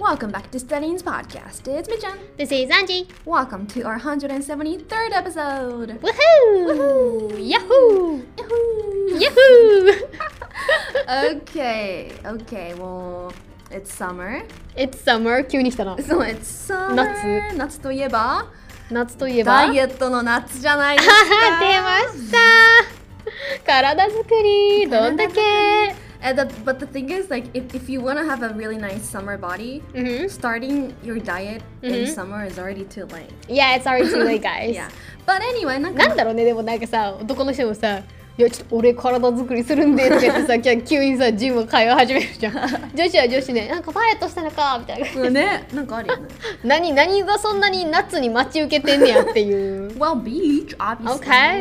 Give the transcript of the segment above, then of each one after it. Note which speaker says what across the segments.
Speaker 1: Welcome back to Studying's podcast. It's Michan.
Speaker 2: This is Angie.
Speaker 1: Welcome to our 173rd episode.
Speaker 2: Woohoo! Yahoo!
Speaker 1: Yahoo!
Speaker 2: Yahoo!
Speaker 1: okay, okay, well, it's summer.
Speaker 2: It's summer. 急に来たな。
Speaker 1: So it's summer.
Speaker 2: 夏
Speaker 1: 夏といえば、
Speaker 2: 夏といえば。
Speaker 1: ダイエットの夏じゃないですか。
Speaker 2: あー出ました。体作りどんだけ。
Speaker 1: And that, but the thing is, like, if, if you want to have a really nice summer body,
Speaker 2: うんふん。
Speaker 1: starting your diet in
Speaker 2: Mhm.
Speaker 1: summer is already too late.
Speaker 2: Yeah, it's already too late, guys.
Speaker 1: Yeah. But anyway, なんか
Speaker 2: なんだろうねでもなんかさ男の人もさ「いやちょっと俺体作りするんで」とか言っ てさ急急にさジム通い始めるじゃん女子は女子ねなんかダイエットしたのかみたいな
Speaker 1: ね、 なんかあるよね。
Speaker 2: 何何がそんなに夏に待ち受けてんねやっていう
Speaker 1: Well, beach, obviously.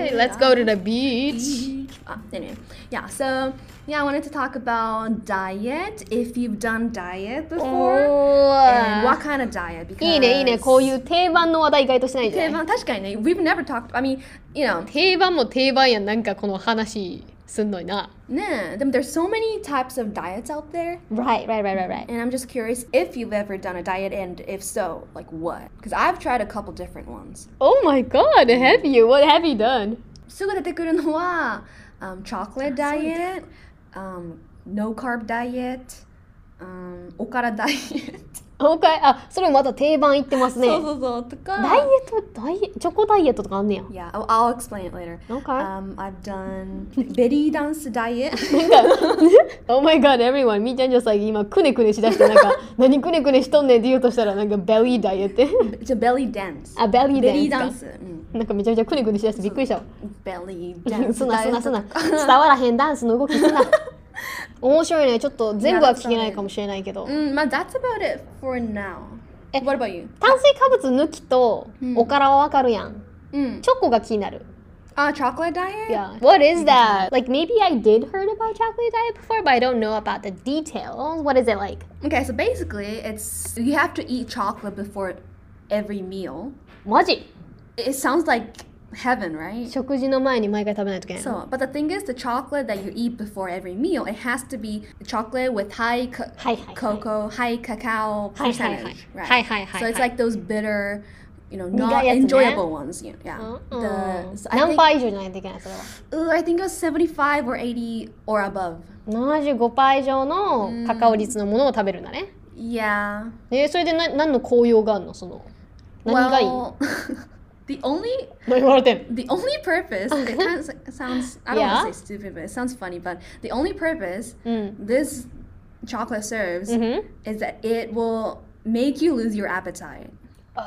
Speaker 2: Okay, let's go to the beach
Speaker 1: beach. Ah, anyway, yeah. So yeah, I wanted to talk about diet. If you've done diet
Speaker 2: お
Speaker 1: before, and
Speaker 2: ー
Speaker 1: what kind of diet? Because
Speaker 2: いいねいいねこういう定番の話題意外としないじゃない
Speaker 1: 定番確かにね We've never talked. I mean, you know,
Speaker 2: 定番も定番やんなんかこの話すんのにな
Speaker 1: nah. them- There's so many types of diets out there,
Speaker 2: Right right right right right
Speaker 1: and I'm just curious if you've ever done a diet, and if so, like what? Because I've tried a couple different ones.
Speaker 2: Oh my god have you what have you done
Speaker 1: すぐ出てくるのは um, chocolate diet, um, no carb diet, um, おから diet.
Speaker 2: o k あそれもまた定番言ってますねダイエ
Speaker 1: そうそうそうとか。
Speaker 2: ットダイエチョコダイエットとかあんねや
Speaker 1: Yeah, I'll, oh, I'll explain it later.
Speaker 2: Okay.
Speaker 1: Um, I've done belly dance diet.
Speaker 2: なんか Oh my god everyone みーちゃんじゃさ今くねくねしだしてなん か何くねくねしとんねんって言おうとしたらなんかベリーダイエット
Speaker 1: It's a belly dance.
Speaker 2: あベリーダイエ
Speaker 1: belly
Speaker 2: ット
Speaker 1: Ah, dance. うん。
Speaker 2: なんかめちゃめちゃくねくねしだしてびっくりしたわ
Speaker 1: belly dance.
Speaker 2: すなすなすな
Speaker 1: dietとか。
Speaker 2: 伝わらへんダンスの動きすな面白いねちょっと全部は聞けないかもしれないけど
Speaker 1: うん、まあ、that's Mm, about it for now.
Speaker 2: え
Speaker 1: What about you?
Speaker 2: 炭水化物抜きと
Speaker 1: うん
Speaker 2: おからはわかるやん
Speaker 1: うん。
Speaker 2: チョコが気になる
Speaker 1: Ah, chocolate diet?
Speaker 2: Yeah. What is that? Like maybe I did heard about chocolate diet before, but I don't know about the details. What is it like?
Speaker 1: Okay, so basically, it's you have to eat chocolate before every meal.
Speaker 2: マジ
Speaker 1: It sounds like heaven, right?
Speaker 2: 食事の前に毎回食べないといけない
Speaker 1: So,
Speaker 2: の。
Speaker 1: but the thing is, the chocolate that you eat before every meal, it has to be chocolate with high co-
Speaker 2: はいはいはい。
Speaker 1: cocoa, high cacao
Speaker 2: はいはいは
Speaker 1: percentage,
Speaker 2: い
Speaker 1: right?
Speaker 2: はいはいはい
Speaker 1: So it's
Speaker 2: は
Speaker 1: like
Speaker 2: い
Speaker 1: those bitter, you know,
Speaker 2: 苦いやつね。
Speaker 1: not enjoyable ones. you- Yeah.
Speaker 2: うん
Speaker 1: The, so I
Speaker 2: 何
Speaker 1: think,
Speaker 2: 倍以上じゃないといけないそれは。
Speaker 1: Ugh, I think it was 75 or 80 or above.
Speaker 2: 75倍以上のカカオ率のものを食べるんだね。
Speaker 1: Yeah.
Speaker 2: えーそれでな何の効用があるのその何がいい
Speaker 1: Well, the only
Speaker 2: 何言われてん
Speaker 1: the only purpose it kind of sounds I don't
Speaker 2: Yeah. Mm.
Speaker 1: want to say stupid, but it sounds funny. But the only purpose
Speaker 2: うん。
Speaker 1: this chocolate serves
Speaker 2: うんふん
Speaker 1: is that it will make you lose your appetite.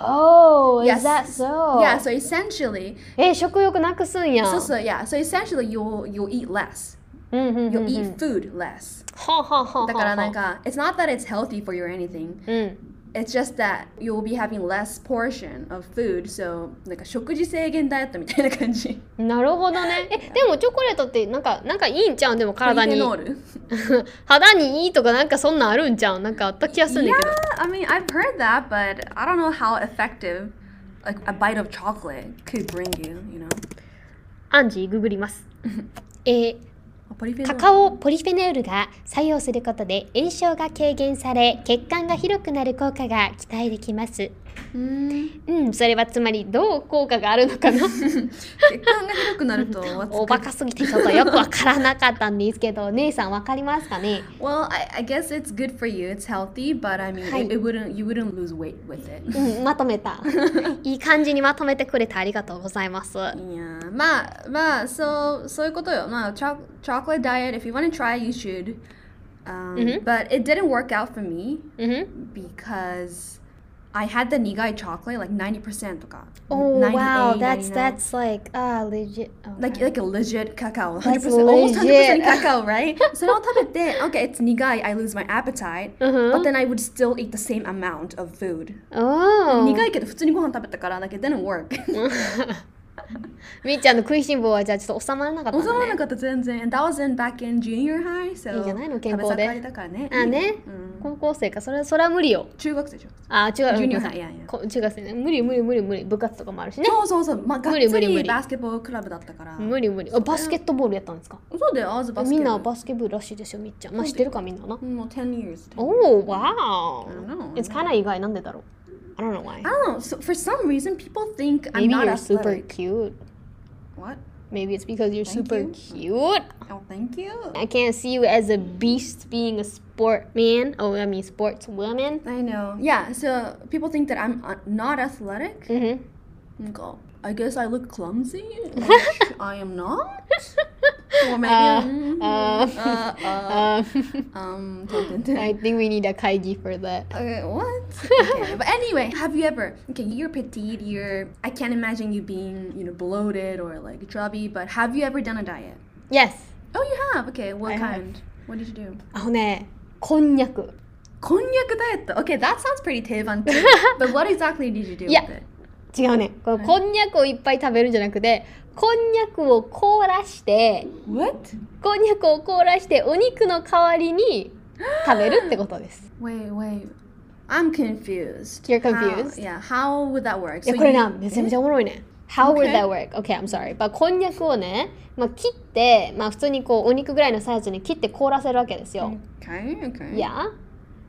Speaker 2: Oh, is
Speaker 1: Yes.
Speaker 2: that so?
Speaker 1: Yeah, so essentially,
Speaker 2: えー食欲なくすんやん。
Speaker 1: so, so yeah, so essentially you'll you'll eat less.
Speaker 2: うんうんうんう
Speaker 1: You'll
Speaker 2: ん。
Speaker 1: eat food less.
Speaker 2: はあはあはあはあ。
Speaker 1: だからなんか it's not that it's healthy for you or anything.
Speaker 2: うん。
Speaker 1: It's just that you'll be having less portion of food. So なんか食事制限ダイエットみたいな感じ。
Speaker 2: なるほどね。え、でもチョコレートってなんかなんかいいんちゃうんでも体に
Speaker 1: ポリフェノール
Speaker 2: 肌にいいとかなんかそんなんあるんちゃうんなんかあった気がするんだ
Speaker 1: Yeah,
Speaker 2: けど。
Speaker 1: I mean I've heard that, but I don't know how effective like a bite of chocolate could bring you. You know.
Speaker 2: アンジーググります。えー
Speaker 1: ポリフェノ
Speaker 2: カ
Speaker 1: ール
Speaker 2: カオポリフェノールが作用することで炎症が軽減され血管が広くなる効果が期待できます
Speaker 1: うん
Speaker 2: うんそれはつまりどう効果があるのか な
Speaker 1: 血管が広くなると what's
Speaker 2: おバカすぎてちょっとよくわからなかったんですけどお姉さんわかりますかね
Speaker 1: Well, I, I guess it's good for you. It's healthy, but I mean,
Speaker 2: Hi.
Speaker 1: it, it wouldn't you wouldn't lose weight with it.
Speaker 2: うんまとめた いい感じにまとめてくれてありがとうございますは
Speaker 1: yeah. まあまあそうそういうことよ。まあ cho- chocolate diet. If you want to try, you should. Um,
Speaker 2: Mhm.
Speaker 1: But it didn't work out for me
Speaker 2: うん
Speaker 1: because I had the nigai chocolate like ninety percent とか。
Speaker 2: Oh
Speaker 1: ninety
Speaker 2: wow
Speaker 1: eight,
Speaker 2: that's
Speaker 1: ninety nine.
Speaker 2: that's like ah legit
Speaker 1: Like like a legit cacao,
Speaker 2: That's
Speaker 1: 100%, almost 100%
Speaker 2: legit.
Speaker 1: cacao, right? so now 食べて okay, it's nigai. I lose my appetite,
Speaker 2: Mhm.
Speaker 1: but then I would still eat the same amount of food.
Speaker 2: oh
Speaker 1: 苦いけど普通にご飯食べたからだけど didn't work
Speaker 2: みーちゃんの食いしん坊はじゃあちょっと収まらなかったん
Speaker 1: 収
Speaker 2: だ、ね、
Speaker 1: まらなかった全然。And that was in back in junior high, so
Speaker 2: いいじゃないの健康で
Speaker 1: 食べ盛りだからね。
Speaker 2: あね
Speaker 1: うん
Speaker 2: 高校生かそれそれは無理よ
Speaker 1: 中学生中学
Speaker 2: あ違う
Speaker 1: 生。ジュニア
Speaker 2: ごめんなさ
Speaker 1: さん、
Speaker 2: い
Speaker 1: いやいや。
Speaker 2: こ中学生ね無理無理無理無理部活とかもあるしね
Speaker 1: そうそうそう、まあ、がっ
Speaker 2: 無理
Speaker 1: つ
Speaker 2: 無理無
Speaker 1: り
Speaker 2: 理
Speaker 1: バスケットボールクラブだったから。
Speaker 2: 無理無理あバスケットボールやったんですか
Speaker 1: そうだよ、アズバスケ
Speaker 2: み
Speaker 1: 部。
Speaker 2: んなバスケ部らしいですよみっちゃんまあ知ってるかみんなな
Speaker 1: うんもう10 years. 10 years.
Speaker 2: おおわ
Speaker 1: I don't know.
Speaker 2: ー It's kind of 意外なんでだろう I don't know why
Speaker 1: I don't know. So for some reason, people think I'm
Speaker 2: Maybe
Speaker 1: not
Speaker 2: you're super
Speaker 1: athletic.
Speaker 2: cute
Speaker 1: What?
Speaker 2: Maybe it's because you're
Speaker 1: Thank
Speaker 2: super
Speaker 1: you.
Speaker 2: cute
Speaker 1: Oh, thank you.
Speaker 2: I can't see you as a beast being a sport man Oh I mean sports woman
Speaker 1: I know. Yeah, so people think that I'm uh, not athletic.
Speaker 2: うん
Speaker 1: Like, oh, I guess I look clumsy, which I am not. Or maybe.
Speaker 2: あ
Speaker 1: mm,
Speaker 2: あ
Speaker 1: uh, uh,
Speaker 2: あ
Speaker 1: um, dun, dun, dun.
Speaker 2: I think we need a 会議 for that
Speaker 1: Okay, what? Okay, but anyway, have you ever? Okay, you're petite. You're. I can't imagine you being, you know, bloated or like chubby. But have you ever done a diet?
Speaker 2: Yes
Speaker 1: Oh, you have. Okay, what
Speaker 2: I have.
Speaker 1: kind? What did you do?
Speaker 2: あのねこんにゃく
Speaker 1: Konyak diet. Okay, that sounds pretty Taiwan too. but what exactly did you do
Speaker 2: Yeah.
Speaker 1: with it?
Speaker 2: 違うねこのこんにゃくをいっぱい食べるんじゃなくてこんにゃくを凍らして
Speaker 1: What?
Speaker 2: こんにゃくを凍らしてお肉の代わりに食べるってことです
Speaker 1: Wait, wait. I'm confused.
Speaker 2: You're
Speaker 1: How-
Speaker 2: confused?
Speaker 1: yeah, how would that work?
Speaker 2: いやこれなめちゃめち
Speaker 1: you,
Speaker 2: ゃおもろいね How would
Speaker 1: Okay.
Speaker 2: that work? Okay, I'm sorry. But こんにゃくをね、まあ、切って、まあ、普通にこうお肉ぐらいのサイズに切って凍らせるわけですよ。
Speaker 1: okay, okay.
Speaker 2: Yeah.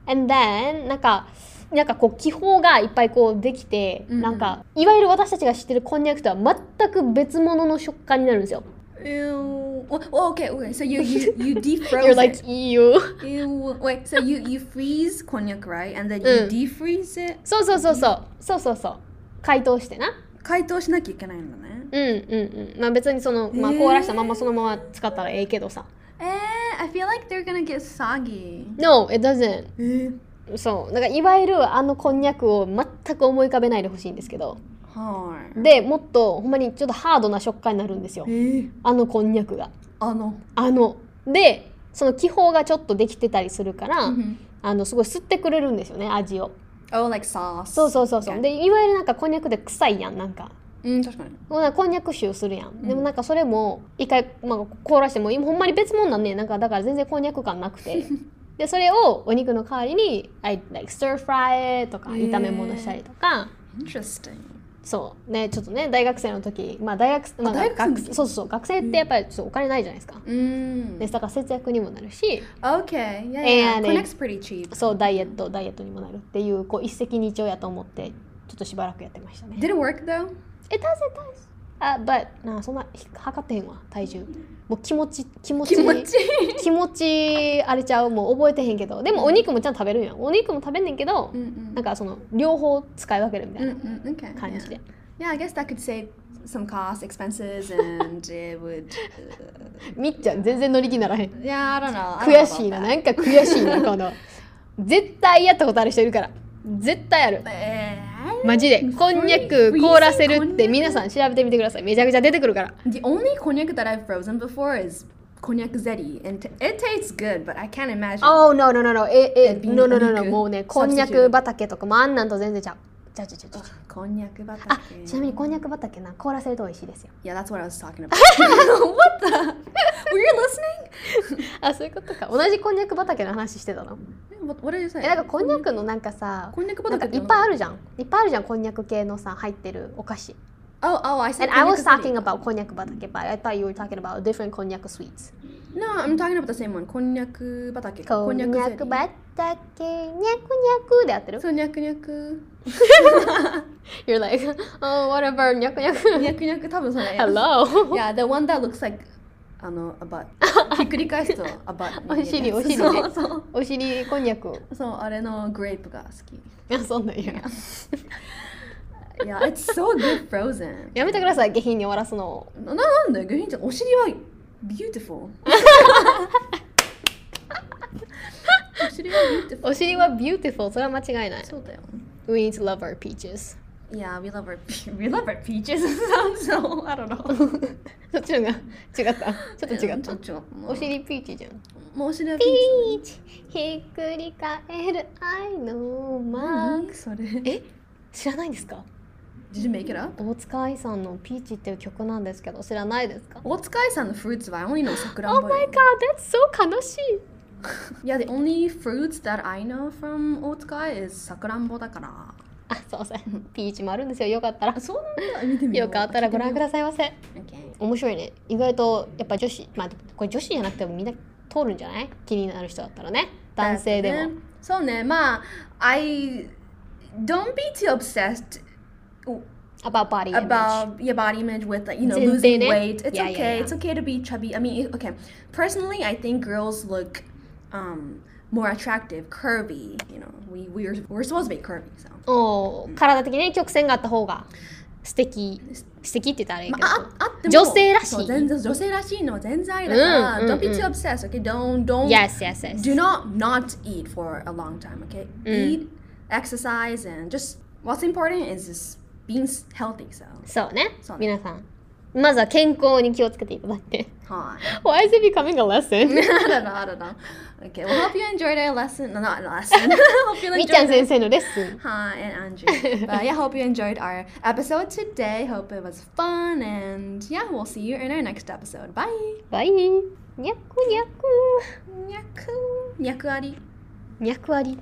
Speaker 2: And then なんかなんかこう気泡がいっぱいこうできて、
Speaker 1: うんうん
Speaker 2: なんかいわゆる私たちが知ってるこんにゃくとは全く別物の食感になるんですよ。
Speaker 1: Ew. Well, well, okay, okay. So you you, you defroze
Speaker 2: You're like
Speaker 1: it.
Speaker 2: EU.
Speaker 1: Ew. Wait, so you you freeze konyak, right? And then
Speaker 2: Mm.
Speaker 1: you defreeze it?
Speaker 2: そうそうそうそうそうそうそう解凍してな。
Speaker 1: 解凍しなきゃいけないんだね。
Speaker 2: うんうんうん。まあ別にそのまあ
Speaker 1: えー
Speaker 2: 凍らしたままそのまま使ったらええけどさ。
Speaker 1: Eh, I feel like they're gonna get soggy.
Speaker 2: No, it doesn't.
Speaker 1: Eh.
Speaker 2: そうだからいわゆるあのこんにゃくを全く思い浮かべないでほしいんですけど
Speaker 1: Hard.
Speaker 2: でもっとほんまにちょっとハードな食感になるんですよ
Speaker 1: Eh. oh,
Speaker 2: あのこんにゃくが
Speaker 1: あの。
Speaker 2: あのでその気泡がちょっとできてたりするから、
Speaker 1: Mhm.
Speaker 2: あのすごい吸ってくれるんですよね味を
Speaker 1: Oh, like sauce.
Speaker 2: そうそうそうそう、
Speaker 1: Okay.
Speaker 2: でいわゆるなんかこんにゃくで臭いやんなんか
Speaker 1: うん、確かに。
Speaker 2: ほなこんにゃく臭するやん、
Speaker 1: ん
Speaker 2: でもなんかそれも一回、まあ、凍らしても今ほんまに別物なんねなんかだから全然こんにゃく感な くてでそれをお肉の代わりに「I like stir fry」とか
Speaker 1: へー
Speaker 2: 炒め物したりとか、
Speaker 1: Interesting.
Speaker 2: そうねちょっとね大学生の時まあ大学,、まあ、
Speaker 1: 大学生の時
Speaker 2: そうそうそう学生ってやっぱりちょっとお金ないじゃないですか、で
Speaker 1: Mm.
Speaker 2: だから節約にもなるし
Speaker 1: Okay, yeah, yeah.
Speaker 2: And it-
Speaker 1: Connect's pretty cheap.
Speaker 2: そうダイエットダイエットにもなるっていうこう一石二鳥やと思ってちょっとしばらくやってましたね
Speaker 1: Did it work though?
Speaker 2: It does, it does. あ、but なあそんなひ測ってへんわ体重。もう気持ち気持ち
Speaker 1: 気持ちいい。
Speaker 2: 気持ちあれちゃうもう覚えてへんけどでもお肉もちゃんと食べるんやお肉も食べんねんけど、
Speaker 1: うんうん。
Speaker 2: なんかその両方使い分けるみたいな
Speaker 1: うんうん。Okay.
Speaker 2: 感
Speaker 1: Yeah.
Speaker 2: じで、
Speaker 1: Yeah, I guess that could save some costs, expenses, and it would. uh,
Speaker 2: みっちゃん全然乗り気にならへん
Speaker 1: yeah, I don't know. I don't
Speaker 2: 悔
Speaker 1: know
Speaker 2: しいな
Speaker 1: about
Speaker 2: な
Speaker 1: that.
Speaker 2: んか悔しいなこの絶対やったことある人いるから絶対ある
Speaker 1: Eh, I-
Speaker 2: マジでこんにゃく凍らせるって皆さん調べてみてくださいめちゃくちゃ出てくるから
Speaker 1: The only cognac that I've frozen before is cognac zeti, and t- it tastes good, but I can't imagine.
Speaker 2: Oh no no no no ええ
Speaker 1: 瓶
Speaker 2: no no no no
Speaker 1: お肉
Speaker 2: もうねこんにゃく畑とかもあんなんと全然ちゃうちゃうちゃうちゃうちゃう
Speaker 1: Cognac
Speaker 2: あ
Speaker 1: batake.
Speaker 2: ちなみにこんにゃく畑な凍らせると美味しいですよ
Speaker 1: Yeah, that's what I was talking about. what the? Were you listening?
Speaker 2: あそういうことか同じこんにゃく畑の話してたの
Speaker 1: What, what did you say?
Speaker 2: えなんかこんにゃくのなんかさ
Speaker 1: こんにゃく
Speaker 2: なんか
Speaker 1: 畑
Speaker 2: いっぱいあるじゃんいっぱいあるじゃんこんにゃく系のさ入ってるお菓子
Speaker 1: Oh, oh, I said.
Speaker 2: And I was
Speaker 1: konyaku zeti.
Speaker 2: talking about こんにゃく畑 but I thought you were talking about different こんにゃく sweets
Speaker 1: No, I'm talking about the same one. Cognac uh, batake.
Speaker 2: こんにゃく畑にゃ
Speaker 1: zeti.
Speaker 2: くにゃくにゃくで合ってる
Speaker 1: So, uh, nyaku nyaku.
Speaker 2: You're like oh whatever にゃく にゃく
Speaker 1: Nyaku nyaku, 多分それ。
Speaker 2: Hello
Speaker 1: Yeah, the one that looks like あの、a butt. ひっくり返すと a butt に見える。
Speaker 2: お尻お尻ね
Speaker 1: そうそう。
Speaker 2: お尻こんにゃく
Speaker 1: そう、あれのグレープが好
Speaker 2: あ そんなんや
Speaker 1: き。Yeah, it's so good frozen.
Speaker 2: やめてください下品に終わらすのを
Speaker 1: な、なんだよ、グリーンちゃん、お尻は beautiful. お尻は beautiful.
Speaker 2: お尻は beautiful それは間違いない
Speaker 1: そうだよ。
Speaker 2: We need to love our peaches
Speaker 1: Yeah, we love our we love our peaches. so I don't know.
Speaker 2: そっちのが違ったちょっと違っ
Speaker 1: ち
Speaker 2: た
Speaker 1: ょっと違う。
Speaker 2: お尻ピーチじゃん
Speaker 1: もうお尻は
Speaker 2: ピ
Speaker 1: peach
Speaker 2: ーチひっくり返る愛のマーク
Speaker 1: 何それ。
Speaker 2: え知らないんですか
Speaker 1: Did you make it up?
Speaker 2: 大塚愛さんの「ピーチ」っていう曲なんですけど知らないですか
Speaker 1: Otsukai-san fruits, I only know sakura.
Speaker 2: Oh my god, that's so 悲しい
Speaker 1: Yeah, the only fruits that I know from Otsukai is sakuranbo だから。
Speaker 2: あ、そうそう。ピーチもあるんですよ。よかったら。
Speaker 1: そうなんだ。見てみよ
Speaker 2: よ
Speaker 1: う。
Speaker 2: かったらご覧くだ
Speaker 1: さ
Speaker 2: さいませ。
Speaker 1: い。Okay.
Speaker 2: 面白いね。意外とやっぱ女子、まあこれ女子じゃなくてもみんな通るんじゃない気になる人だったらね。男性でも。
Speaker 1: だってねそうね、まあ、I don't be too obsessed
Speaker 2: about body image.
Speaker 1: about your body image with like, you know
Speaker 2: 全
Speaker 1: losing
Speaker 2: 然ね
Speaker 1: weight. It's
Speaker 2: Yeah, yeah,
Speaker 1: okay.
Speaker 2: yeah.
Speaker 1: It's okay to be chubby. I mean, okay. Personally, I think girls look um more attractive, curvy. You know, we we're we're supposed to be curvy. So.
Speaker 2: おー体的にね曲線があった方が素敵。素敵って言ったらあれや
Speaker 1: ま
Speaker 2: けど。
Speaker 1: あ、ああっても
Speaker 2: 女性らしい
Speaker 1: そう全然女性らしいのは全然ありだから、
Speaker 2: うんうんう
Speaker 1: don't
Speaker 2: ん
Speaker 1: be too obsessed, okay? Don't, don't,
Speaker 2: yes, yes, yes.
Speaker 1: do not not eat for a long time, okay?
Speaker 2: うん
Speaker 1: Eat, exercise, and just what's important is just being s- healthy, so.
Speaker 2: そうね。
Speaker 1: そうね
Speaker 2: 皆さん。まずは健康に気をつけていただいて。
Speaker 1: はい。
Speaker 2: Why is it becoming a lesson?
Speaker 1: I don't know, I don't know. Okay, well, hope you enjoyed our lesson. No, not lesson. hope you
Speaker 2: みっちゃん
Speaker 1: enjoyed
Speaker 2: 先生のレッスン。
Speaker 1: Hi, and Andrew. but yeah, hope you enjoyed our episode today. Hope it was fun, and yeah, we'll see you in our next episode. Bye.
Speaker 2: バイ。 にゃくにゃ
Speaker 1: Yaku.
Speaker 2: く。
Speaker 1: Yaku
Speaker 2: 脈あり。